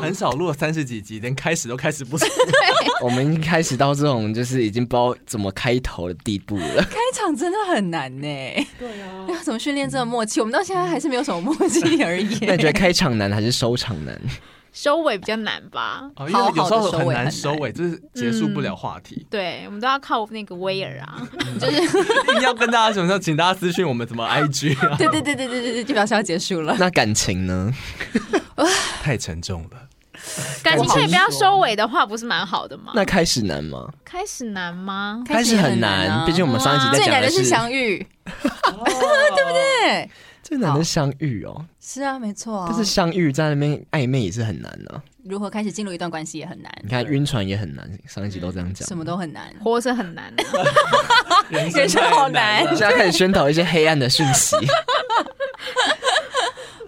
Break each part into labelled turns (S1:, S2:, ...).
S1: 很少录了三十几集，连开始都开始不是。
S2: 我们开始到这种就是已经不知道怎么开头的地步 了。
S3: 开场真的很难呢、对啊，要怎么训练这个默契？我们到现在还是没有什么默契而已、
S2: 那你觉得开场难还是收场难？
S4: 收尾比较难吧？
S1: 哦，因为有时
S3: 好
S1: 候
S3: 好地
S1: 很
S3: 收尾
S1: 难
S3: 很嗯
S1: 收尾，就是结束不了话题。
S4: 对，我们都要靠那个威尔啊，
S1: 一定要跟大家讲一下，请大家私讯我们怎么 IG 啊。
S3: 对对对对对对对，就表示要结束了。
S2: 那感情呢？
S1: 太沉重了，
S4: 感情可以不要收尾的话，不是蛮好的吗？
S2: 那开始难吗？
S4: 开始难吗？
S3: 开始
S2: 很
S3: 很难啊
S2: 毕竟我们上一集在
S3: 最
S2: 讲
S3: 难的是
S2: 是
S3: 相遇，对不对？
S2: 最难的是相遇哦，
S3: 是啊，没错啊。
S2: 但是相遇在那边暧昧也是很难啊。
S3: 如何开始进入一段关系也很难，
S2: 你看晕船也很难，上一集都这样讲
S3: 嗯什。么都很难。
S4: 活着很 难啊，
S1: 人
S3: 人生好难
S2: 现在开始宣导一些黑暗的讯息，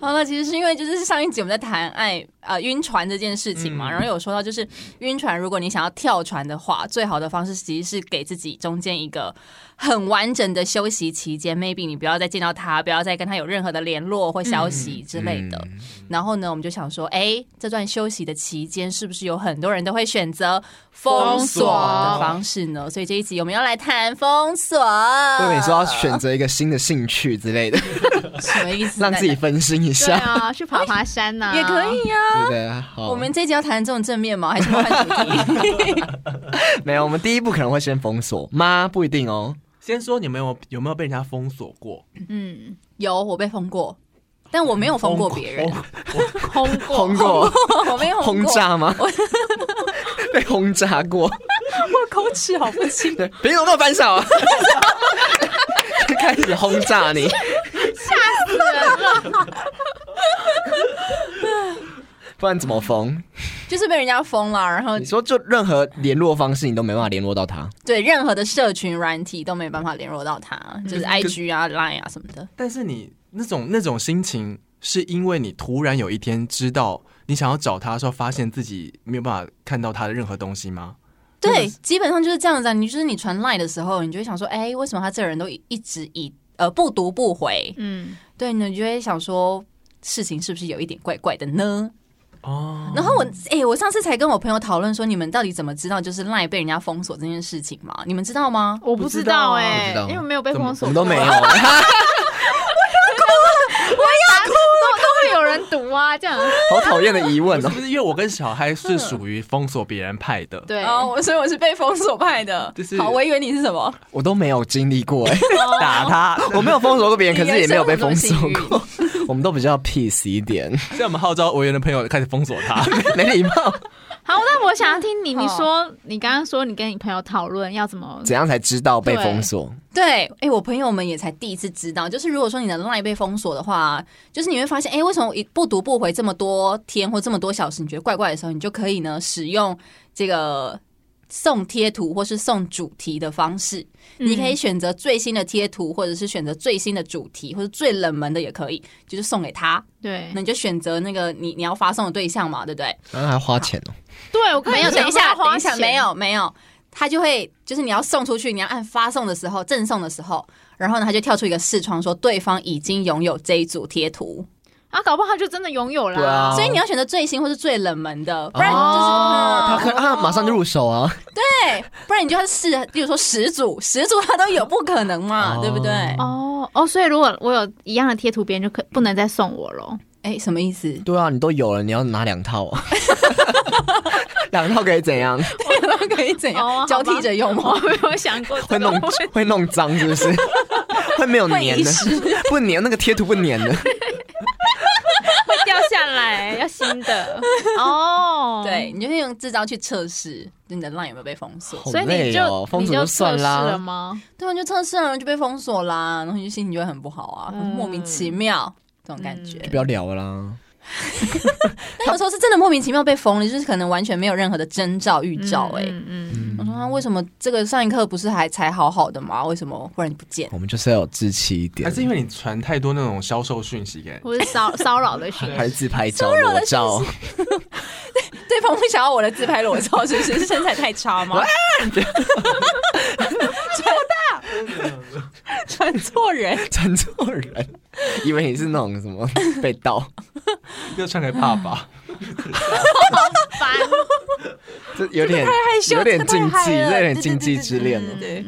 S3: 好了，其实是因为就是上一集我们在谈爱呃晕船这件事情
S2: 嗯
S3: 嘛，然后有说到就是晕船，如果你想要跳船的话，最好的方式其实是给自己中间一个很完整的休息期间，maybe 你不要再见到他，不要再跟他有任何的联络或
S2: 嗯
S3: 消息之类的。然后呢，我们就想说，哎、这段休息的期间是不是有很多人都会选择封
S4: 封
S3: 锁
S4: 锁
S3: 的方式呢？所以这一集我们要来谈封锁。
S2: 我以为你说要选择一个新的兴趣之 类的，
S3: 什么意思？
S2: 让自己分心一
S4: 对
S2: 下，
S4: 啊，去爬爬山 呐，
S3: 也可以啊呀、
S2: 对不对？好，
S3: 我们这一集要谈这种正面吗？还是我们换主题？
S2: 没有，我们第一步可能会先封锁吗？不一定哦。
S1: 先说你们有有没有被人家封锁过？
S4: 嗯，
S3: 有，我被封过，但我没有封过别人，
S4: 轰过，
S2: 通过。
S3: 我没有封
S2: 轰
S3: 过。
S2: 炸 吗？被轰炸过？
S3: 口齿好不清。
S2: 对，凭什么跟我分手？啊 开始轰炸你， 不然怎么封？
S3: 就是被人家封了，然后
S2: 你说就任何联络方式，你都没办法联络到他。
S3: 对任何的社群软体都没办法联络到他，就是 IG 啊、Line 啊什么的。
S1: 但是你那种那种心情，是因为你突然有一天知道你想要找他的时候，发现自己没有办法看到他的任何东西吗？
S3: 对，基本上就是这样子、啊。你就是你传 Line 的时候，你就会想说，哎、为什么他这个人都一直以呃不读不回？
S4: 嗯，
S3: 对，你就会想说，事情是不是有一点怪怪的呢？
S1: 哦，
S3: 然后我哎、我上次才跟我朋友讨论说，你们到底怎么知道就是 Line 被人家封锁这件事情嘛？你们知道吗？
S4: 我不知道哎
S2: 不知道，
S4: 因为我没有被
S1: 怎么
S2: 我
S4: 封锁，
S2: 们都 没有，啊
S4: 都会有人读啊，这样
S2: 好讨厌的疑问
S1: 是
S2: 哦。
S1: 不是因为我跟小嗨是属于封锁别人派 的？，
S4: 对，
S3: 哦，我所以我是被封锁派的。
S1: 就是
S3: 好，我以为你是什么？
S2: 我都没有经历过 哎、
S1: 打他。
S2: 我没有封锁过别人，可是也没有被封锁
S3: 你人 生有很
S2: 过。我们都比较 peace 一点，
S1: 现在我们号召委员的朋友开始封锁他。
S2: 没 礼貌。
S4: 好，那我想要听你，
S3: 好
S4: 你说你刚刚说你跟你朋友讨论要怎么，
S2: 怎样才知道被封锁？
S3: 对，哎、我朋友们也才第一次知道，就是如果说你的 LINE 被封锁的话，就是你会发现，哎、为什么一不读不回这么多天或这么多小时，你觉得怪怪的时候，你就可以呢使用这个送贴图或是送主题的方式，
S4: 嗯
S3: 你可以选择最新的贴图，或者是选择最新的主题，或者最冷门的也可以，就是送给他，
S4: 对
S3: 那你就选择那个你你要发送的对象嘛，对不对？
S2: 然后还要花钱哦、
S4: 对，我刚 才
S3: 没有，
S4: 想
S3: 等一 下，
S4: 说要花
S3: 等一下，
S4: 钱
S3: 没，有，没有，他就会就是你要送出去，你要按发送的时候，赠送的时候，然后呢，他就跳出一个视窗说对方已经拥有这一组贴图，
S4: 啊，搞不好他就真的拥有
S2: 对
S4: 了
S2: 啊，
S3: 所以你要选择最新或是最冷门的，不然就是、
S4: 哦
S2: 他可啊，马上就入手啊。
S3: 对，不然你就要试，比如说十组，十组他都有，不可能嘛，
S2: 哦
S3: 对不对？
S4: 哦哦，所以如果我有一样的贴图，别人就可不能再送我了。
S3: 哎，什么意思？
S2: 对啊，你都有了，你要拿两套、哦，两套可以怎样？
S3: 可以怎
S4: 哦
S3: 样
S4: 好吧
S3: 交替着用吗
S4: 我？没有想过
S2: 会
S4: 这个
S2: 弄
S4: 问题，
S2: 会弄脏是不是？会没有粘
S3: 会遗
S2: 的， 不粘那个贴图不粘的。
S4: 会掉下来，要新的 哦。
S3: 对，，你就会用这招去测试你的 LINE 有没有被封锁。
S2: 好
S4: 所以你
S2: 累
S4: 就
S2: 哦，封
S4: 你
S2: 锁
S4: 就测
S2: 算
S4: 试了
S2: 啦。
S4: 吗？
S3: 对啊，你就测试了，然后就被封锁啦，然后你就心情就会很不好啊，
S4: 嗯
S2: 嗯
S3: 莫名其妙这种感觉。
S2: 就不要聊了啦，
S3: 那有时候是真的莫名其妙被封了，就是可能完全没有任何的征兆预兆、哎、
S4: 嗯嗯，
S3: 我说那为什么这个上一刻不是还才好好的吗？为什么忽然不见？
S2: 我们就是要有志气一点
S1: 还，是因为你传太多那种销售讯息给
S4: 或是 骚骚扰的 讯
S2: 还是自拍照、裸照，
S3: 对方不想要我的自拍裸照，是不是是身材太 差吗？啊 传传错人，
S2: 传错人，以为你是那种什么被盗，
S1: 就传给爸爸。
S4: 烦，
S2: 这有点
S3: 害羞
S2: 有点禁
S3: 这太
S2: 忌，
S3: 嗨了
S2: 这有点
S3: 对
S2: 禁
S3: 对
S2: 忌
S3: 对
S2: 之恋了。
S3: 对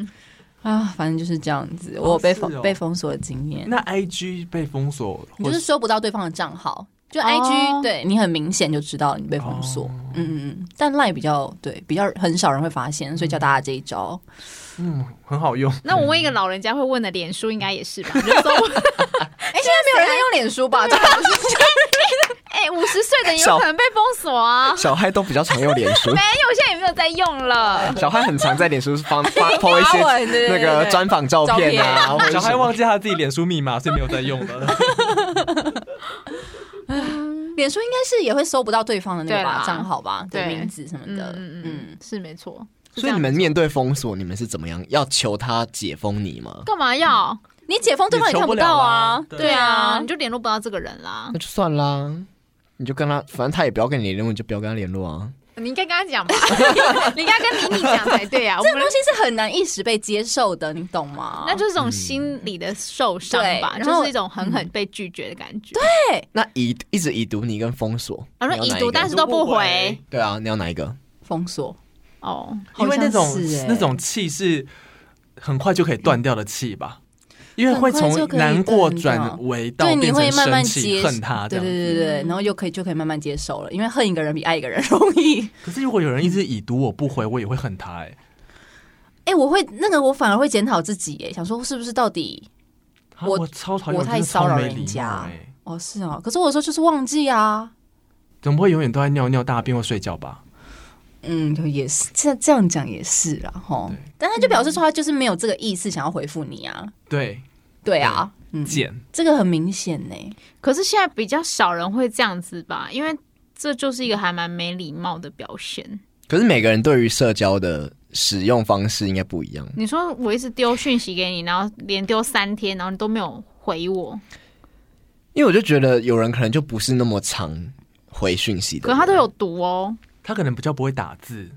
S3: 啊，反正就是这样子，
S1: 哦
S3: 我有被
S1: 是
S3: 封
S1: 哦
S3: 被封锁的经验，
S1: 那 IG 被封锁，
S3: 你
S1: 或
S3: 就是是收不到对方的账号，就
S4: 哦
S3: IG 对你很明显就知道你被封锁
S1: 哦，
S3: 嗯嗯嗯，但 Line 比较对比较很少人会发现，所以教大家这一招，
S1: 嗯很好用。
S4: 那我问一个老人家会问的，脸书应该也是吧？就
S3: 哎，
S4: 说，
S3: 现在没有人在用脸书吧？啊这个不 是
S4: 哎，五十岁的也有可能被封锁 啊，
S2: 小嗨都比较常用脸书
S4: 没，有，现在也没有在用了。
S2: 小嗨很常在脸书 放发 po 一
S3: 发
S2: 些
S3: 文对对
S2: 那
S3: 对
S2: 个专访照片啊，或者
S1: 小
S2: 是
S1: 孩忘记他自己脸书密码，所以没有在用了。
S3: 脸书应该是也会搜不到对方的那个
S4: 对啦
S3: 吧账号吧，对
S4: 对
S3: 名字什么
S4: 嗯
S3: 的，
S4: 嗯
S3: 嗯
S4: 嗯，，是没错。是
S2: 所以
S4: 这样
S2: 你们面对封锁，你们是怎么样？要求他解封你吗？
S4: 干嘛要？
S3: 你解封对方也
S1: 你
S3: 看
S1: 求不
S3: 到啊
S1: 了啦，对
S4: 对啊，
S3: 啊
S4: 你，就联络不到这个人啦。
S2: 那就算啦，你就跟他，反正他也不要跟你联络，你就不要跟他联络啊。
S4: 你应该跟他讲吧， 你应该跟妮妮讲才对 啊。我
S3: 这个
S4: 们
S3: 东西是很难一时被接受的，你懂吗？
S4: 那就是一种心理的受伤吧，
S3: 嗯对然后
S4: 就是一种狠狠被拒绝的感觉。对，
S2: 那已一直已读你跟封锁，
S4: 然后
S2: 你要
S4: 已
S2: 哪一
S4: 读，
S2: 个
S4: 但是都不回
S1: 回。
S2: 对啊，你要哪一个？
S3: 封锁，
S4: 哦。
S1: 因为那种
S3: 好像是欸
S1: 那种气是很快就可以断掉的气吧，因为
S3: 很
S1: 会
S3: 快
S1: 从
S3: 就可以
S1: 难过
S3: 断
S1: 转
S3: 掉
S1: 为到
S3: 对，你
S1: 变
S3: 会
S1: 成
S3: 慢慢
S1: 生
S3: 接
S1: 气，
S3: 受
S1: 恨啊他
S3: 对
S1: 这样
S3: 对
S1: 子。
S3: 对对对，然后又可以就可以慢慢接受了，因为恨一个人比爱一个人容易。
S1: 可是如果有人一直已读我不回，我也会恨他哎、
S3: 哎，我会那个，我反而会检讨自己，哎，想说是不是到底
S1: 啊
S3: 我
S1: 我超讨厌，
S3: 我
S1: 真
S3: 太
S1: 的超
S3: 骚扰
S1: 没
S3: 人
S1: 礼貌
S3: 家
S1: 欸
S3: 哦是哦，可是我有时候就是忘记啊，
S1: 总不会永远都在尿尿、大便或睡觉吧？
S3: 嗯，就也是这这样讲也是啦，吼
S1: 对。
S3: 但他就表示说他就是没有这个意思想要回复你啊，
S1: 对，
S3: 对啊，嗯，
S1: 贱。
S3: 这个很明显呢。
S4: 可是现在比较少人会这样子吧，因为这就是一个还蛮没礼貌的表现。
S2: 可是每个人对于社交的使用方式应该不一样。
S4: 你说我一直丢讯息给你，然后连丢三天，然后你都没有回我，
S2: 因为我就觉得有人可能就不是那么常回讯息的
S4: 可
S2: 人，
S4: 他都有读哦。
S1: 他可能比较不会打 字，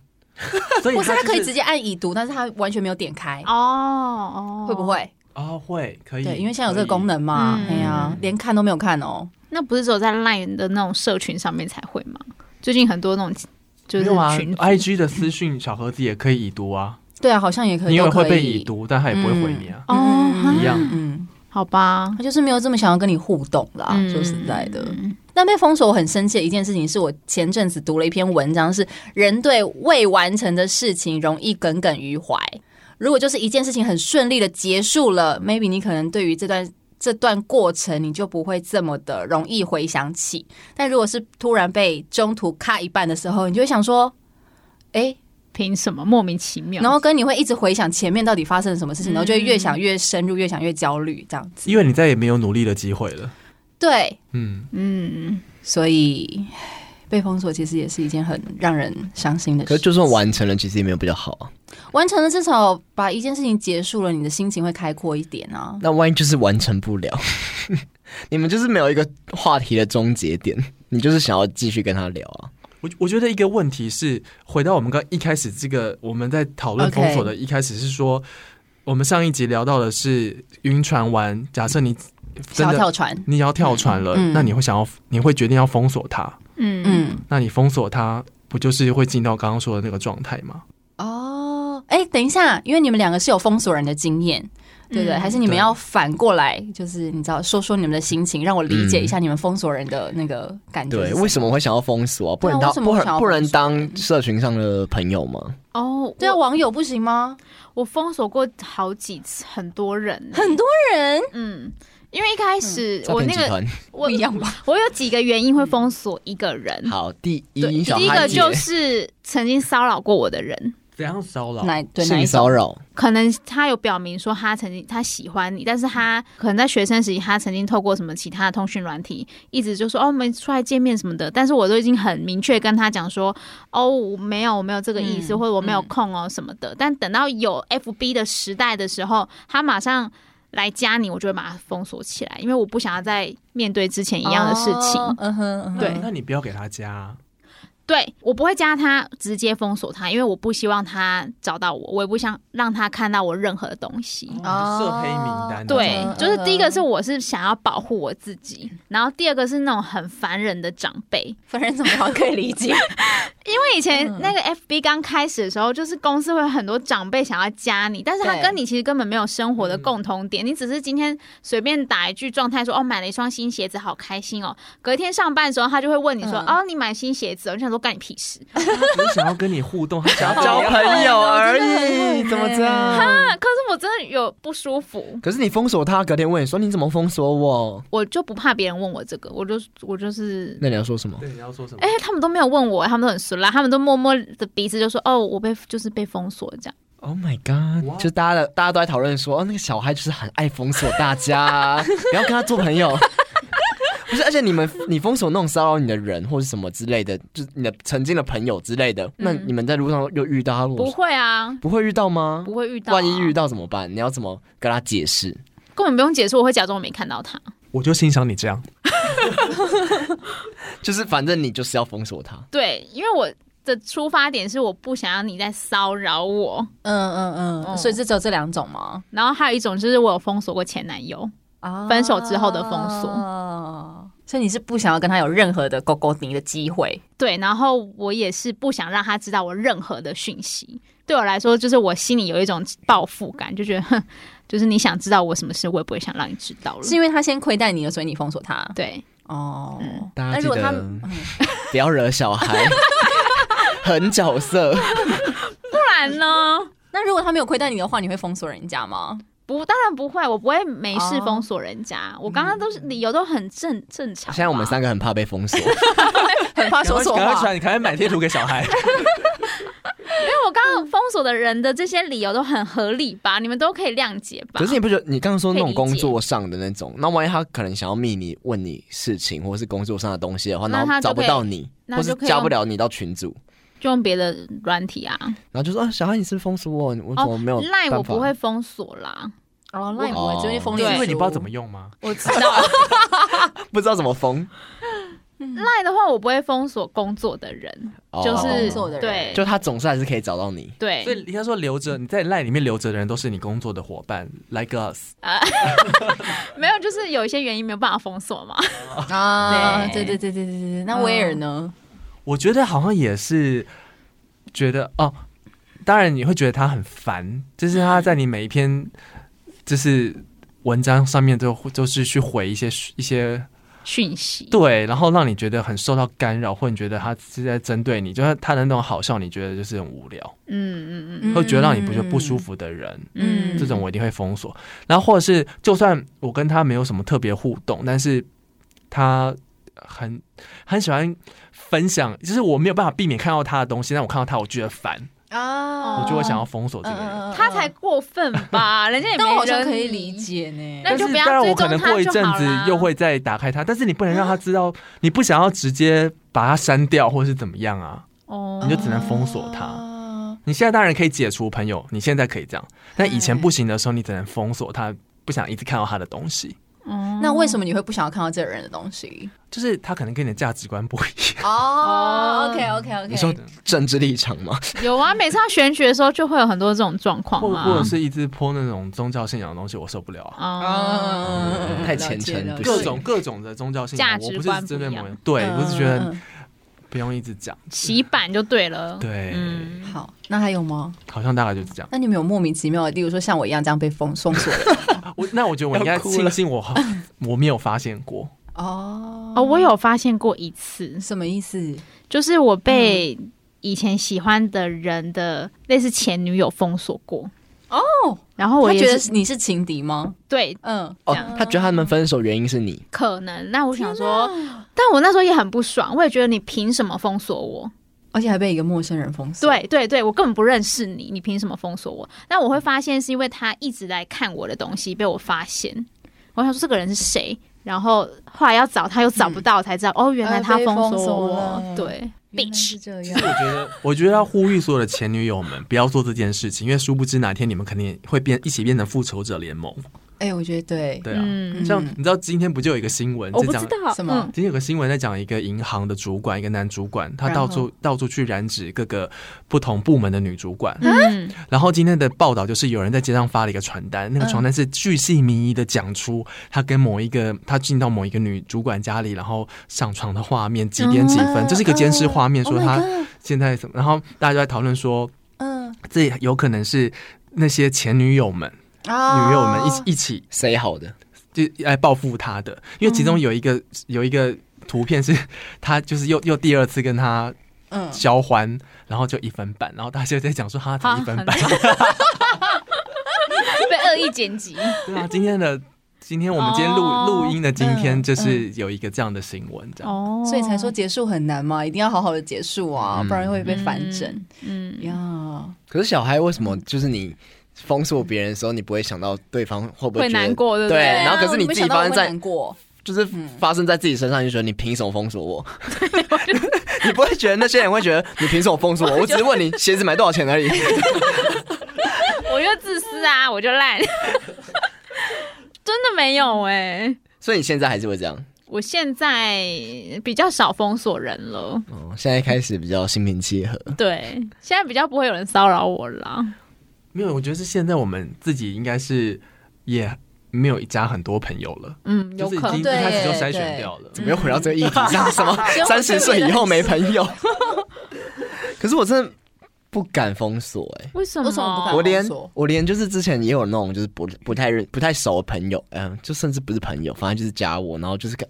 S1: 所以
S3: 不是，他
S1: 他
S3: 可以
S1: 就是
S3: 直接按已读，但是他完全没有点开，
S4: 哦哦，
S3: 会不？会？
S1: 啊、会可以
S3: 对，因为现在有这个
S1: 可以
S3: 功能嘛
S4: 嗯，
S3: 哎呀，连看都没有看哦。
S4: 那不是只有在 LINE 的那种社群上面才会吗？最近很多那种就是
S1: 没有啊
S4: 群组
S1: ，IG 的私讯小盒子也可以已读啊，
S3: 对啊，好像也可以，
S1: 你也
S3: 都可
S1: 会
S3: 以
S1: 被已读，但他也不会回你啊，
S4: 哦哈
S1: 一样。
S3: 嗯，
S4: 好吧，
S3: 他就是没有这么想要跟你互动啦。
S4: 嗯
S3: 说实在的，但被封锁我很生气的一件事情，是我前阵子读了一篇文章，是人对未完成的事情容易耿耿于怀。如果就是一件事情很顺利的结束了，maybe 你可能对于这段这段过程你就不会这么的容易回想起。但如果是突然被中途卡一半的时候，你就会想说，哎、
S4: 凭什么莫名其妙？
S3: 然后跟你会一直回想前面到底发生了什么事情，然后就会越想越深入，越想越焦虑这样子。
S1: 因为你再也没有努力的机会了。
S3: 对，
S1: 嗯，
S4: 嗯，
S3: 所以唉被封锁其实也是一件很让人伤心的事。
S2: 可是就算完成了，其实也没有比较好啊。
S3: 完成了，至少把一件事情结束了，你的心情会开阔一点啊。
S2: 那万一就是完成不了， 你们就是没有一个话题的终结点，你就是想要继续跟他聊啊。
S1: 我我觉得一个问题是，回到我们刚一开始这个我们在讨论
S3: OK
S1: 封锁的一开始是说我们上一集聊到的是晕船完，假设你真
S3: 小
S1: 的
S3: 跳船，
S1: 你要跳船了，
S3: 嗯
S1: 那你会想要你会决定要封锁它，
S4: 嗯嗯，
S3: 嗯，
S1: 那你封锁它不就是会进到刚刚说的那个状态吗？
S3: 哦，哎，等一下，因为你们两个是有封锁人的经验。对不对？
S4: 嗯
S3: 还是你们
S1: 对
S3: 要反过来，就是你知道，说说你们的心情，让我理解一下你们封锁人的那个感觉是
S2: 对，
S3: 什么。
S2: 为什么会想要封锁啊？不
S3: 对啊
S2: 能当
S3: 为什么
S2: 不
S3: 会想
S2: 能
S3: 要
S2: 不能
S3: 封锁
S2: 当社群上的朋友吗？
S4: 哦，
S3: 对啊，
S4: 我
S3: 网友不行吗？
S4: 我封锁过好几次，很多人，
S3: 很多人
S4: 嗯，因为一开始
S2: 诈
S4: 我
S2: 骗
S4: 那
S2: 集
S4: 个
S2: 团。
S4: 我
S3: 样嗯吧？
S4: 我有几个原因会封锁一个人，
S2: 好，第
S4: 对，
S2: 一，小
S4: 第一
S2: 嗨
S4: 个
S2: 姐
S4: 就是曾经骚扰过我的人，
S1: 怎样骚扰？
S3: 哪 对哪 一
S2: 性
S3: 种？
S2: 骚扰，
S4: 可能他有表明说他曾经他喜欢你，但是他可能在学生时期他曾经透过什么其他的通讯软体，一直就说哦我们出来见面什么的，但是我都已经很明确跟他讲说哦我没有我没有这个意思，
S3: 嗯
S4: 或者我没有空哦什么的。但等到有 FB 的时代的时候，他马上。来加你，我就会把它封锁起来，因为我不想要再面对之前一样的事情。
S3: 哦嗯哼，嗯哼
S4: 对
S1: 那你不要给他加。
S4: 对我不会加他，直接封锁他，因为我不希望他找到我，我也不想让他看到我任何的东西。
S3: 哦
S1: 设黑名单。
S4: 对
S3: 嗯，
S4: 就是第一个
S3: 嗯
S4: 是我是想要保护我自己，然后第二个是那种很烦人的长辈。
S3: 反正怎么样可以理解。
S4: 因为以前那个 FB 刚开始的时候，就是公司会有很多长辈想要加你，但是他
S3: 对
S4: 跟你其实根本没有生活的共同点，你只是今天随便打一句状态说哦买了一双新鞋子，好开心哦。隔天上班的时候，他就会问你说
S3: 嗯
S4: 哦你买新鞋子哦，你想说干你屁事？
S1: 他只是想要跟你互动，他想 要
S5: 交
S1: 交朋友。
S5: 朋友而
S3: 哎
S5: 已，怎么这样？
S4: 啊，可是我真的有不舒服。
S2: 可是你封锁他，隔天问你说你怎么封锁我？
S4: 我就不怕别人问我这个，我就我就是，
S2: 那你要说什么？
S1: 对，你要说什么
S4: 哎、？他们都没有问我，他们都很熟啦，他们都默默的鼻子就说，哦，我被就是被封锁这样。
S2: Oh my god！
S1: 哇
S2: 就大家的大家都在讨论说，哦，那个小孩就是很爱封锁大家，不要跟他做朋友。 不是，而且你们你封锁那种骚扰你的人或是什么之类的，就是你的曾经的朋友之类的，那你们在路上又遇到他，如果
S4: 不
S2: 说
S4: 会啊，
S2: 不会遇到吗？
S4: 不会遇到、啊，
S2: 万一遇到怎么办？你要怎么跟他解释？
S4: 根本不用解释，我会假装我没看到他。
S1: 我就欣赏你这样。
S2: 就是反正你就是要封锁他。
S4: 对，因为我的出发点是我不想要你在骚扰我，
S3: 嗯嗯嗯，
S4: 嗯
S3: 所以这只有这两种吗？
S4: 然后还有一种就是我有封锁过前男友，
S3: 啊
S4: 分手之后的封锁
S3: 锁。所以你是不想要跟他有任何的勾勾你的机会？
S4: 对，然后我也是不想让他知道我任何的讯息。对我来说，就是我心里有一种报复感，就觉得，哼，就是你想知道我什么事，我也不会想让你知道了
S3: 是。因为他先亏待你了，所以你封锁他？
S4: 对，
S3: 哦，
S2: 大
S3: 那
S2: 家记
S3: 如果他
S2: 得不要惹小孩，很角色。
S4: 不然呢？
S3: 那如果他没有亏待你的话，你会封锁人家 吗？
S4: 不，当然不会，我不会没事
S3: 哦
S4: 封锁人家。我刚刚都是理由都很正正常吧。
S2: 现在我们三个很怕被封锁，
S3: 很怕说错
S1: 赶快
S3: 话
S1: 传，。你赶快买贴图给小孩。
S4: 因为我刚刚封锁的人的这些理由都很合理吧？你们都可以谅解吧
S2: 可？是你不觉得你刚刚说那
S4: 可
S2: 种
S4: 以理解
S2: 工作上的那种，那万一他可能想要密你问你事情或是工作上的东西的话，
S4: 那
S2: 然
S4: 他
S2: 后
S4: 就
S2: 找不
S4: 可以
S2: 到你，
S4: 那
S2: 或是
S4: 就可以
S2: 加
S4: 用
S2: 不了你到群组，
S4: 就用别的软体啊，
S2: 然后就说啊，小孩你是不是封锁我，我怎么没有
S4: 哦赖
S2: 办
S4: 我
S2: 法
S4: 不会封锁啦，
S3: 哦，那也不会，
S2: 哦
S3: 就是封
S4: 对
S3: 脸
S1: 因
S3: 书，
S1: 为你不知道怎么用吗？
S4: 我 知道。
S2: 不知道怎么封，
S4: 赖的话，我不会封锁工作的人，
S2: 哦
S4: 就
S3: 工
S4: 是
S3: 作的人
S4: 对
S2: 就他总是还是可以找到你。
S1: 所
S4: 对
S1: 以应该说留着你在赖里面留着的人都是你工作的伙伴，like us。
S4: 啊，没有，就是有一些原因没有办法封锁嘛。
S3: 啊？对
S4: 对
S3: 对对对对对。那威尔呢？
S1: 我觉得好像也是觉得哦，当然你会觉得他很烦，就是他在你每一篇就是文章上面都都是去回一些一些
S4: 讯息，
S1: 对，然后让你觉得很受到干扰，或你觉得他是在针对你，就是他的那种好笑，你觉得就是很无聊，
S4: 嗯嗯
S3: 嗯
S4: 嗯
S1: 会觉得让你不觉得不舒。服的人。
S4: 嗯，
S1: 这种我一定会封锁。然后或者是，就算我跟他没有什么特别互动，但是他很很喜欢分享，就是我没有办法避免看到他的东西，但我看到他我觉得烦，
S3: 啊
S1: 我就会
S4: 哦
S1: 想要封锁这
S3: 嗯
S1: 个人。
S4: 他才过分吧？人家也没
S3: 但我好像
S4: 惹
S3: 可以
S4: 你
S3: 理解呢。
S4: 那
S1: 但
S4: 就是不要
S1: 当然，
S4: 追
S1: 我
S4: 踪
S1: 可能
S4: 他
S1: 过一
S4: 就
S1: 阵
S4: 好
S1: 子
S4: 啦嗯
S1: 又会再打开他，但是你不能让他知道，你不想要直接把他删掉或是怎么样啊？
S4: 哦
S1: 你就只能封锁他。
S3: 啊
S1: 你现在当然可以解除朋友，你现在可以这样，但以前不行的时候，你只能封锁他，不想一直看到他的东西。
S3: 那为什
S4: 嗯
S3: 么你会不想要看到这个人的东西？
S1: 就是他可能跟你的价值观不一样。
S3: 哦，OK OK OK。
S2: 你说政治立场吗？
S4: 有啊，每次要选举的时候就会有很多这种状况
S1: 或或
S4: 啊
S1: 者。是一直泼那种宗教信仰的东西，我受不了啊。
S4: 哦，
S3: 啊
S2: 太虔诚不行
S1: 各种各种的宗教信
S4: 价
S1: 仰，
S4: 值
S1: 我不
S4: 观
S1: 是针对
S4: 不一
S1: 某
S4: 样
S1: 人，对，我只觉得
S3: 嗯
S1: 不用一直讲。
S4: 洗版就对了。
S1: 对，
S4: 嗯，
S3: 好。那还有吗？
S1: 好像大概就是这样。
S3: 那你们有莫名其妙的，例如说像我一样这样被封封锁的
S1: 我那我觉得我应该
S2: 要哭了
S1: 庆幸我 我没有发现过，
S3: 哦
S4: 哦，我有发现过一次，
S3: 什么意思？
S4: 就是我被
S3: 嗯
S4: 以前喜欢的人的类似前女友封锁过。
S3: 哦，
S4: 然后我
S3: 他
S4: 也
S3: 觉得
S4: 是
S3: 你是情敌吗？
S4: 对，
S3: 嗯，
S2: 哦
S4: 这样，
S2: 他觉得他们分手原因是你，
S4: 可能。那我想说，但我那时候也很不爽，我也觉得你凭什么封锁我？
S3: 而且还被一个陌生人封锁。
S4: 对对对，我根本不认识你，你凭什么封锁我？但我会发现是因为他一直来看我的东西被我发现，我想说这个人是谁，然后后来要找他又找不到，才知道、哦，原来
S3: 嗯
S4: 他
S3: 呃被封
S4: 锁
S3: 锁
S4: 我
S3: 了。
S4: 对
S3: 原来是
S4: ，bitch，
S3: 这
S1: 其实我
S3: 样。
S1: 觉得，我觉得要呼吁所有的前女友们不要做这件事情，因为殊不知哪天你们肯定会变一起变成复仇者联盟。
S3: 哎、我觉得对，
S1: 对啊，
S4: 嗯，哦
S1: 像
S3: 嗯
S1: 你知道今天不就有一个新闻
S4: 我
S1: 在
S4: 不
S1: 讲
S4: 知，道
S3: 什么
S1: 今天有个新闻在讲一个银行的主管，一个男主管，他
S3: 然后
S1: 到处到处去染指各个不同部门的女主管。
S4: 嗯，嗯
S1: 然后今天的报道就是有人在街上发了一个传
S3: 嗯
S1: 单，那个传单是巨细靡遗的讲出他跟某一个他进到某一个女主管家里，然后上床的画面几点几分，
S3: 嗯
S1: 这是一个监视画
S3: 嗯
S1: 面，说
S3: Oh my
S1: 他
S3: God
S1: 现在怎么，然后大家就在讨论说，
S3: 嗯
S1: 这有可能是那些前女友们、
S3: 啊
S1: 女友们一起一起
S2: 谁好的？
S1: 就来报复他的，因为其中有一
S3: 嗯
S1: 个、有一个图片是他就是又又第二次跟他
S3: 嗯，
S1: 交欢，然后就一分半，然后大家就在讲说哈，怎么
S3: 啊
S1: 一分半？
S4: 被恶意剪辑，
S1: 对啊，今天的今天我们今天录
S4: 哦
S1: 录音的今天，
S3: 嗯
S1: 就是有一个这样的新闻，这样。
S4: 哦
S3: 所以才说结束很难嘛，一定要好好的结束啊，
S2: 嗯
S3: 不然会被反整，
S4: 嗯，嗯
S3: 呀。
S2: 可是小孩为什么就是你封锁别人的时候，你不会想到对方会不会
S4: 会
S2: 觉得
S4: 难？过，对不
S2: 对
S4: 对？
S2: 然后可是你自己发生在
S3: 我没想到我会难过，
S2: 就是
S3: 嗯
S2: 发生在自己身上，就觉得你凭什么封锁 我？你不会觉得那些人会觉得你凭什么封锁我？我只是问你鞋子买多少钱而已。
S4: 我就自私啊，我就烂， 真的没有哎、
S2: 所以你现在还是会这样。
S4: 我现在比较少封锁人了，
S2: 哦，现在开始比较心平气和。
S3: 嗯
S4: 对，现在比较不会有人骚扰我了。
S1: 没有，我觉得是现在我们自己应该是也没有加很多朋友了，
S4: 嗯，有
S1: 就是已
S4: 可
S1: 经一
S4: 能。
S3: 对
S1: 开始就筛选掉了。
S2: 怎么又回到这个议题上？ 什么
S3: 先
S2: 三
S3: 回
S2: 十
S3: 去
S2: 岁
S3: 你的
S2: 以后没朋友？可是我真的不敢封锁哎、
S4: 为什么？
S3: 为什么不敢
S2: 我连
S3: 封锁
S2: 我连就是之前也有那种就是不不太认不太熟的朋友，嗯、就甚至不是朋友，反正就是加我，然后就是感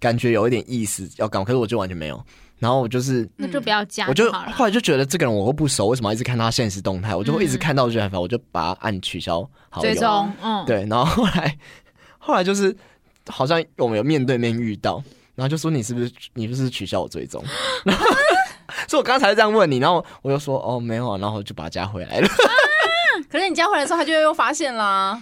S2: 感觉有一点意思要搞，可是我就完全没有。然后我就是
S4: 那就不要加
S2: 我就啊
S4: 好了。
S2: 后来就觉得这个人我会不熟，为什么要一直看他现实动态？我就会一直看到就很烦，我就把他按取消好
S4: 追
S2: 友。
S4: 踪，嗯，
S2: 对，然后后来后来就是好像我们有面对面遇到，然后就说你是不是你是不是取消我追踪？ 然后所以我刚才这样问你，然后我就说哦没有啊，然后我就把他加回来了
S3: 可是你加回来之后，他就又发现啦。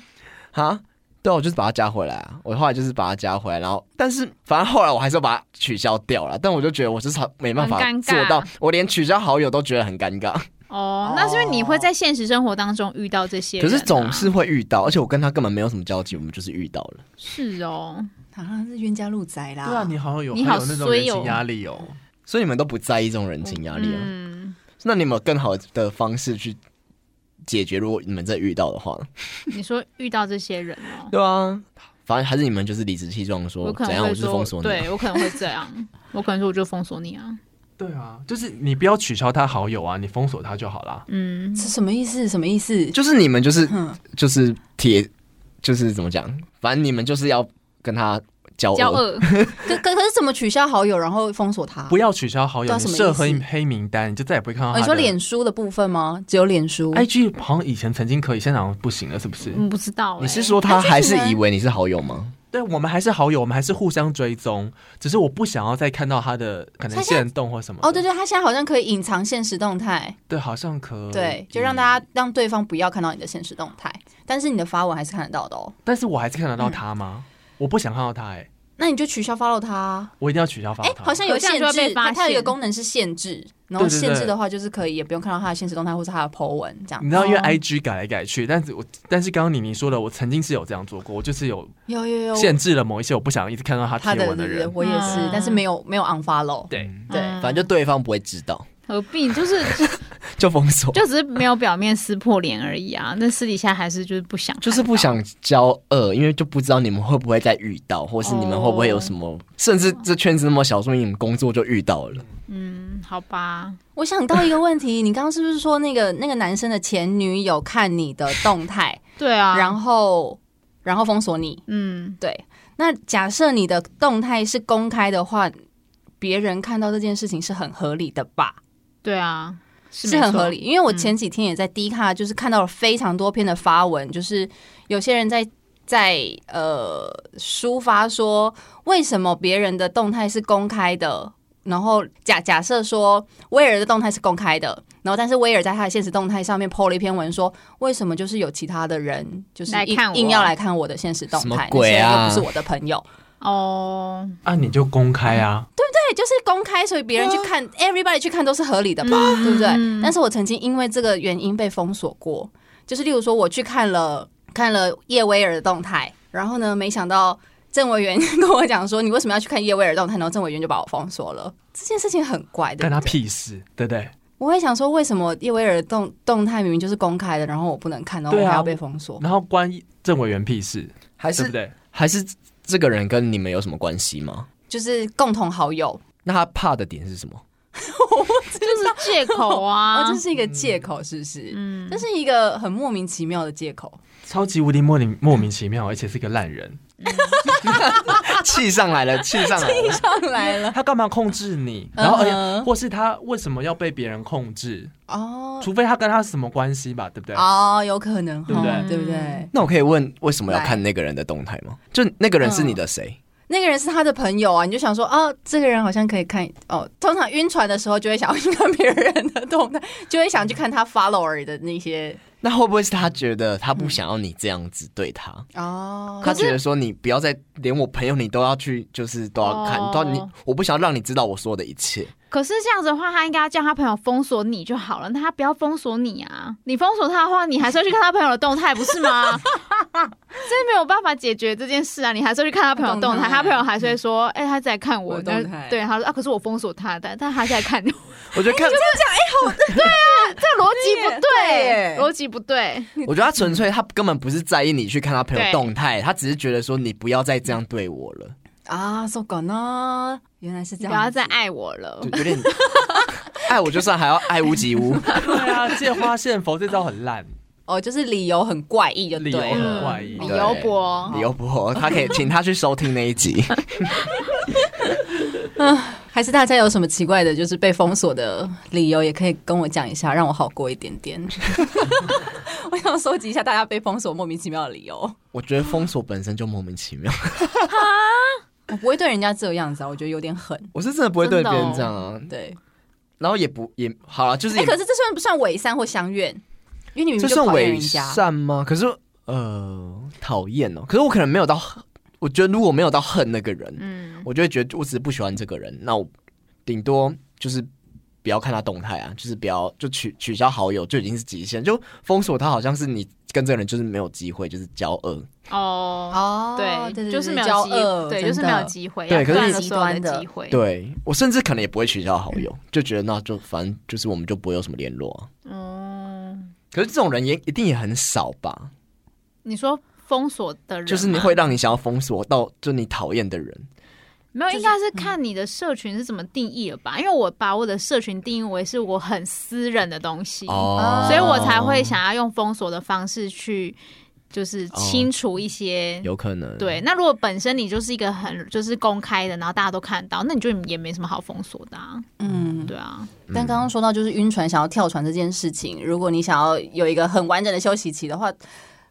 S2: 哈。对啊，我就是把他加回来啊。我后来就是把他加回来，然后但是反正后来我还是要把他取消掉了。但我就觉得我至少没办法
S4: 很尴尬
S2: 做到，我连取消好友都觉得很尴尬。
S4: 哦，那是因为你会在现实生活当中遇到这些人
S2: 可
S4: 啊、
S2: 是总是会遇到，而且我跟他根本没有什么交集，我们就是遇到了。
S4: 是哦，
S3: 啊，是冤家路窄啦。
S1: 对啊，你好像有
S4: 你好
S1: 还有那种
S4: 衰
S1: 人
S4: 哦
S1: 情压力哦。
S2: 所以你们都不在意这种人情压力啊？
S4: 嗯，
S2: 那你有没有更好的方式去解决？如果你们再遇到的话，
S4: 你说遇到这些人哦，
S2: 对啊，反正还是你们就是理直气壮说
S4: 我可
S2: 怎
S4: 能
S2: 样，
S4: 会
S2: 我就是
S4: 说，
S2: 封锁你啊。
S4: 对我可能会 这样，我可能说我就封锁你啊，
S1: 对啊，就是你不要取消他好友啊，你封锁他就好啦。
S4: 嗯，
S3: 是什么意思？什么意思？
S2: 就是你们就是
S3: 嗯，
S2: 就是铁，就是怎么讲？反正你们就是要跟他交
S4: 交
S2: 恶。
S4: 恶，
S3: 可可可是怎么取消好友，然后封锁他？
S1: 不要取消好友，
S3: 对啊
S1: 你
S3: 什么
S1: 设
S3: 意思
S1: 黑黑名单，你就再也不会看到
S3: 哦
S1: 他。
S3: 你说脸书的部分吗？只有脸书？
S1: IG 好像以前曾经可以，现在好像不行了，是不是？
S4: 嗯，不知道、欸，
S2: 你是说他还是以为你是好友吗？
S1: 对，我们还是好友，我们还是互相追踪，只是我不想要再看到他的可能
S3: 他现在
S1: 线动或什么的。
S3: 哦，对对，他现在好像可以隐藏现实动态，
S1: 对，好像可以
S3: 对，就让大家让对方不要看到你的现实动态，但是你的发文还是看得到的哦。
S1: 但是我还是看得到他吗？
S3: 嗯
S1: 我不想看到他、哎，
S3: 那你就取消 follow 他啊。
S1: 我一定要取消发
S3: 哎、
S1: 他。
S3: 好像有
S4: 可是这
S3: 限
S4: 样就会被
S3: 制，
S4: 发
S3: 它
S4: 现
S3: 它有一个功能是限制，然后
S1: 对对对
S3: 限制的话就是可以也不用看到他的现实动态或是他的 po 文这样
S1: 你。知道，因为
S4: 哦
S1: I G 改来改去，但是我但是刚刚妮妮说的，我曾经是有这样做过，我就是有
S3: 有有有，
S1: 限制了某一些我不想一直看到他
S3: 他
S1: 贴
S3: 的
S1: 文的人。
S3: 我也是，
S4: 嗯
S3: 但是没有没有 unfollow。
S1: 对，
S3: 对，
S4: 嗯
S2: 反正就对方不会知道，
S4: 何必就是
S2: 就封锁，
S4: 就只是没有表面撕破脸而已啊，那私底下还是就是不想看到，
S2: 就是不想交恶，因为就不知道你们会不会再遇到，或是你们会不会有什么，甚至这圈子那么小，说明你们工作就遇到了。
S4: 嗯，好吧，
S3: 我想到一个问题，你刚刚是不是说那个那个男生的前女友看你的动态，
S4: 对 啊，
S3: 然后然后封锁你？
S4: 嗯，
S3: 对，那假设你的动态是公开的话，别人看到这件事情是很合理的吧？
S4: 对啊，是
S3: 是
S4: 没
S3: 很
S4: 错嗯
S3: 合理，。因为我前几天也在 D 卡，就是看到了非常多篇的发文，就是有些人在在呃抒发说，为什么别人的动态是公开的，然后假假设说威尔的动态是公开的，然后但是威尔在他的现实动态上面 PO 了一篇文说，为什么就是有其他的人就是
S4: 来
S3: 硬
S4: 看我
S3: 硬要来看我的现实动
S2: 什么
S3: 态，
S2: 鬼啊
S3: 那些人又不是我的朋友，
S4: 哦，
S1: 啊，你就公开啊，
S3: 对，就是公开，所以别人去看、e v e r y b o d y 去看都是合理的吧，对不对？但是我曾经因为这个原因被封锁过，就是例如说我去看了看了叶威尔的动态，然后呢，没想到郑委员跟我讲说你为什么要去看叶威尔动态，然后郑委员就把我封锁了，这件事情很怪的。对
S1: 干
S3: 不
S1: 他
S3: 对
S1: 屁事，对不对？
S3: 我会想说，为什么叶威尔的动动态明明就是公开的，然后我不能看，然后我
S1: 对啊
S3: 还要被封锁？
S1: 然后关郑委员屁事，
S2: 还
S1: 对不
S2: 是
S1: 对？
S2: 还是这个人跟你们有什么关系吗？
S3: 就是共同好友，
S2: 那他怕的点是什么？
S3: 啊
S4: 就是借口啊
S3: 哦，，这是一个借口，是不是？
S4: 嗯
S3: 这，是一个很莫名其妙的借口。
S1: 超级无敌莫名莫名其妙，而且是个烂人，
S2: 啊气上来了，气上来了。
S3: 上来了
S1: 他干嘛控制你？然后而
S3: 嗯
S1: 且
S3: 哼
S1: 或是他为什么要被别人控制？
S3: 哦
S1: 除非他跟他什么关系吧，对不对？
S3: 哦，有可能，
S1: 对不对
S3: 哦对不对？
S2: 那我可以问为什么要看那个人的动态吗？就那个人是你的谁？
S3: 那个人是他的朋友啊，你就想说，哦，这个人好像可以看哦。通常晕船的时候就会想要去看别人的动态， 就会想去看他 follower 的那些
S2: 那会不会是他觉得他不想要你这样子对他？
S3: 哦
S2: 他觉得说你不要再连我朋友你都要去，就是都要看
S4: 哦
S2: 到你，我不想要让你知道我说的一切。
S4: 可是这样子的话，他应该要叫他朋友封锁你就好了，那他不要封锁你啊！你封锁他的话，你还是要去看他朋友的动态，不是吗？真没有办法解决这件事啊！你还是要去看他朋友的动
S3: 动
S4: 态，
S3: 态
S4: 他朋友还是会说：“哎、他在看我
S3: 我的动态
S4: 但对，他说：“啊，可是我封锁他的，但他还是在看你。
S2: 我觉得看，
S4: 这逻辑不
S3: 对
S4: 对，
S3: 耶
S4: 逻辑不对。
S2: 我觉得他纯粹他根本不是在意你去看他朋友
S4: 对
S2: 动态，他只是觉得说你不要再这样对我了，
S3: 啊，so g 原来是这
S4: 不
S3: 样，
S4: 要再爱我了
S2: 就。有点 爱我就算还要爱屋及乌。
S1: 对啊，借花献佛这招很烂，
S3: 哦，就是理由很怪异，就
S1: 理由
S3: 对嗯
S1: 很
S3: 了。
S1: 怪异。
S4: 李优博
S2: 李，优博，他可以请他去收听那一集。
S3: 还是大家有什么奇怪的，就是被封锁的理由，也可以跟我讲一下，让我好过一点 点。我想收集一下大家被封锁莫名其妙的理由。
S2: 我觉得封锁本身就莫名其妙，
S3: 我不会对人家这样子啊，我觉得有点狠。
S2: 我是真的不会对别人这样啊。
S4: 哦
S3: 对，
S2: 然后也不也好了，就是
S3: 哎、
S2: 也、
S3: 可是这算不算伪善或相怨？因为你明明
S2: 这
S3: 就
S2: 算
S3: 讨厌
S2: 伪
S3: 人家，
S2: 善吗？可是呃，讨厌哦。可是我可能没有到恨，我觉得如果没有到恨那个人，
S4: 嗯，
S2: 我就会觉得我只是不喜欢这个人，那我顶多就是不要看他动态啊，就是不要就取取消好友就已经是极限，就封锁他好像是你跟这个人就是没有机会，就是交恶。
S4: 哦。
S3: 哦，
S4: 对，
S3: 对对，
S4: 就是没
S3: 交
S4: 有机
S3: 恶，
S4: 对，
S3: 真
S4: 就是没有
S3: 的
S4: 机会，
S2: 对
S4: 要
S2: 可是
S4: 断
S2: 你
S4: 了
S3: 极
S4: 所有
S3: 端
S4: 的
S3: 的
S4: 机会。
S2: 对我甚至可能也不会取消好友，就觉得那就反正就是我们就不会有什么联络、啊。
S4: 嗯，
S2: 可是这种人也一定也很少吧？
S4: 你说封锁的人
S2: 就是你
S4: 吗
S2: 会让你想要封锁到就你讨厌的人，
S4: 没有，
S3: 就
S4: 应
S3: 是
S4: 该是看你的社群是怎么定义了吧？因为我把我的社群定义为是我很私人的东西，
S2: 哦
S4: 所以我才会想要用封锁的方式去，就是清除一些。
S2: 哦有可能
S4: 对，那如果本身你就是一个很就是公开的，然后大家都看到，那你就也没什么好封锁的、啊。
S3: 嗯。
S4: 对啊，
S3: 但刚刚说到就是晕船想要跳船这件事情，如果你想要有一个很完整的休息期的话，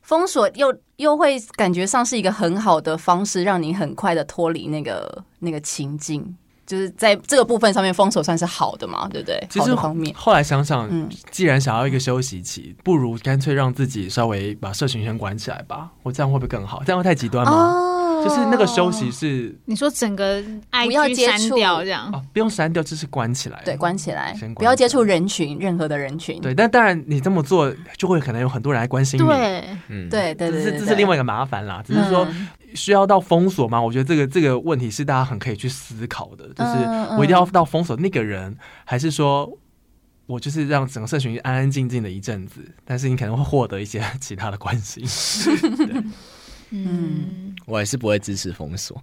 S3: 封锁又又会感觉上是一个很好的方式，让你很快的脱离那个那个情境。就是在这个部分上面，封锁算是好的嘛，对不对？
S1: 其
S3: 好
S1: 实
S3: 的方面，
S1: 后来想想，
S3: 嗯
S1: 既然想要一个休息期，不如干脆让自己稍微把社群先关起来吧。我这样会不会更好？这样会太极端吗？
S3: 哦
S1: 就是那个休息是
S4: 你说整个
S3: 不要
S4: IG
S3: 接
S4: 删
S3: 触
S4: 掉这样，
S1: 啊，不用删掉，就是关起来。
S3: 对，关起来
S1: 先关，
S3: 不要接触人群，任何的人群。
S1: 对，但当然你这么做就会可能有很多人来关心你。
S4: 对，
S2: 嗯，
S3: 对对
S1: 只
S3: 对
S1: 是
S3: 对，嗯
S1: 这是另外一个麻烦啦，只是说需要到封锁吗？我觉得这个这个问题是大家很可以去思考的，
S3: 嗯
S1: 就是我一定要到封锁那个人，还是说我就是让整个社群安安静静的一阵子，但是你可能会获得一些 其他的关心。
S4: 嗯，
S2: 我也是不会支持封锁，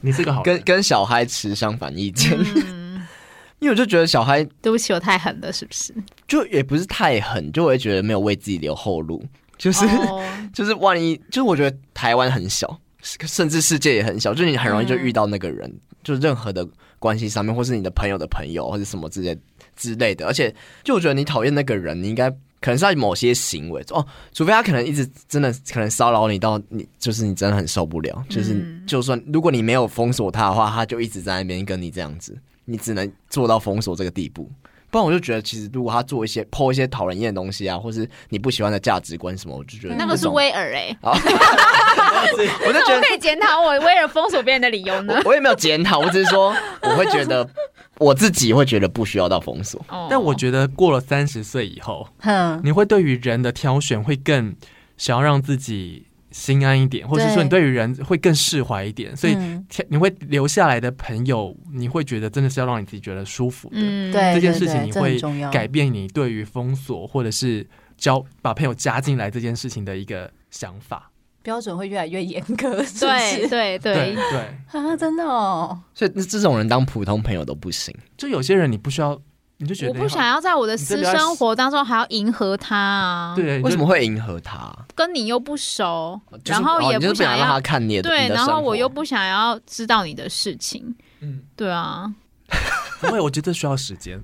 S1: 你这个好人，
S2: 跟跟小嗨持相反意见，
S4: 嗯
S2: 因为我就觉得小嗨
S4: 对不起，我太狠了，是不是？
S2: 就也不是太狠，就我会觉得没有为自己留后路，就是、
S4: 哦
S2: 就是万一，就是我觉得台湾很小，甚至世界也很小，就是你很容易就遇到那个人，就任何的关系上面，或是你的朋友的朋友，或者什么之类之类的。而且，就我觉得你讨厌那个人，你应该可能是他某些行为哦，除非他可能一直真的可能骚扰你到你就是你真的很受不了，就是、
S4: 嗯
S2: 就算如果你没有封锁他的话，他就一直在那边跟你这样子，你只能做到封锁这个地步。不然我就觉得，其实如果他做一些抛一些讨人厌的东西啊，或是你不喜欢的价值观什么，我就觉得
S4: 那个
S2: 这
S4: 是
S2: 种
S4: 威尔哎、
S2: 啊， 我就觉得
S4: 可以检讨 我威尔封锁别人的理由呢
S2: 我？我也没有检讨，我只是说我会觉 得我自己会觉得不需要到封锁。
S4: 哦
S1: 但我觉得过了三十岁以后，
S3: 嗯哼，
S1: 你会对于人的挑选会更想要让自己心安一点，或者说你对于人会更释怀一点，所以
S3: 嗯
S1: 挑你会留下来的朋友，你会觉得真的是要让你自己觉得舒服的。
S4: 嗯
S3: 对
S1: 这件事情你
S3: 这很
S1: 会
S3: 重要
S1: 改变你对于封锁或者是交把朋友加进来这件事情的一个想法。
S3: 标准会越来越严格， 是不
S4: 对
S3: 是
S4: 对
S1: 对
S4: 对，
S1: 对，
S3: 啊，真的哦，
S2: 所以那这种人当普通朋友都不行。
S1: 就有些人你不需要，你就觉
S4: 我
S1: 得
S4: 不想要在我的私生活当中还要迎合他啊，
S1: 对，你就
S2: 为什么会迎合他？
S4: 跟你又不熟，
S2: 就是
S4: 然后
S2: 哦
S4: 也
S2: 你就是不
S4: 想
S2: 让
S4: 要
S2: 他看你的
S4: 对，
S2: 你的
S4: 然后
S2: 生活
S4: 我又不想要知道你的事情，
S1: 嗯
S4: 对啊，
S1: 不会，我觉得需要时间。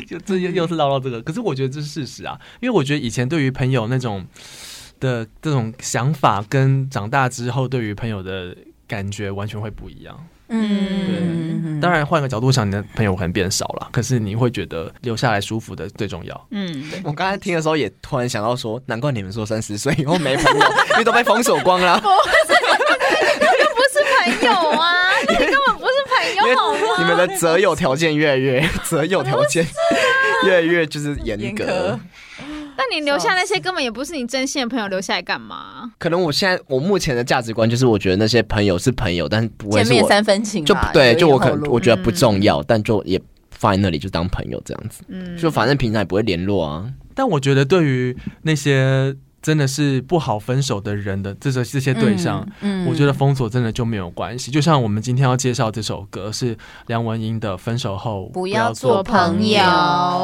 S1: 就这又又是唠到这个，可是我觉得这是事实啊，因为我觉得以前对于朋友那种的这种想法，跟长大之后对于朋友的感觉完全会不一样。
S3: 嗯，
S1: 当然，换个角度想，你的朋友可能变少了，可是你会觉得留下来舒服的最重要。
S4: 嗯，
S2: 我刚才听的时候也突然想到说，难怪你们说三十岁以后没朋友，因为都被封锁光 了，
S4: 不是朋友 啊，那个根本不是
S2: 因
S4: 朋
S2: 为
S4: 友好吗？
S2: 你们的择友条件越来越择友条件
S4: 啊
S2: 越来越就是严
S3: 严格
S2: 格。
S4: 那你留下那些根本也不是你真心的朋友，留下来干嘛？
S2: 可能我现在我目前的价值观就是，我觉得那些朋友是朋友，但不会
S3: 见
S2: 是
S3: 面
S2: 我
S3: 三分情
S2: 就
S3: 嘛，
S2: 对，
S3: 有一
S2: 就我
S3: 后
S2: 可能
S3: 路嗯
S2: 我觉得不重要，但就也放在那里就当朋友这样子，
S4: 嗯，
S2: 就反正平常也不会联络啊。
S1: 但我觉得对于那些真的是不好分手的人的这这这些对象，，
S3: 嗯
S1: 我觉得封锁真的就没有关系。就像我们今天要介绍这首歌是梁文音的《分手后
S3: 不
S1: 要
S3: 要
S1: 做
S3: 做
S1: 朋
S3: 朋
S1: 友
S3: 友》。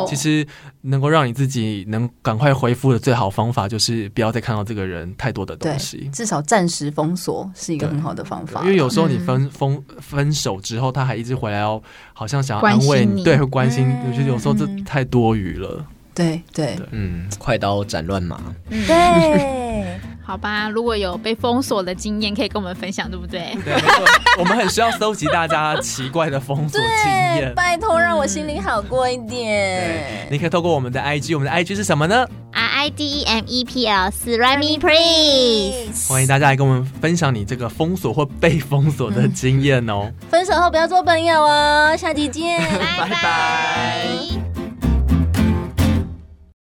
S1: 其实能够让你自己能赶快恢复的最好方法，就是不要再看到这个人太多的东西。
S3: 至少暂时封锁是一个
S1: 对
S3: 很好的方法，
S1: 因为有时候你
S3: 嗯
S1: 分分分手之后，他还一直回来要，好像想要安
S4: 关
S1: 慰
S4: 心
S1: 你，
S4: 你
S1: 对，会关心
S3: 嗯。
S1: 我觉得有时候这
S3: 嗯
S1: 太多余了。
S3: 对对
S1: 对
S2: 嗯，快刀斩乱麻。
S4: 嗯
S3: 对，
S4: 好吧，如果有被封锁的经验，可以跟我们分享，对不对？
S1: 对，没错，我们很需要搜集大家奇怪的封锁经验。嗯
S3: 拜托让我心里好过一点。
S1: 你可以透过我们的 IG，我们的 IG 是什么呢？
S4: R I D E M E P L 四 r i m e Please。
S1: 欢迎大家来跟我们分享你这个封锁或被封锁的经验哦。
S3: 分手后不要做朋友哦，下集见。
S4: 拜拜。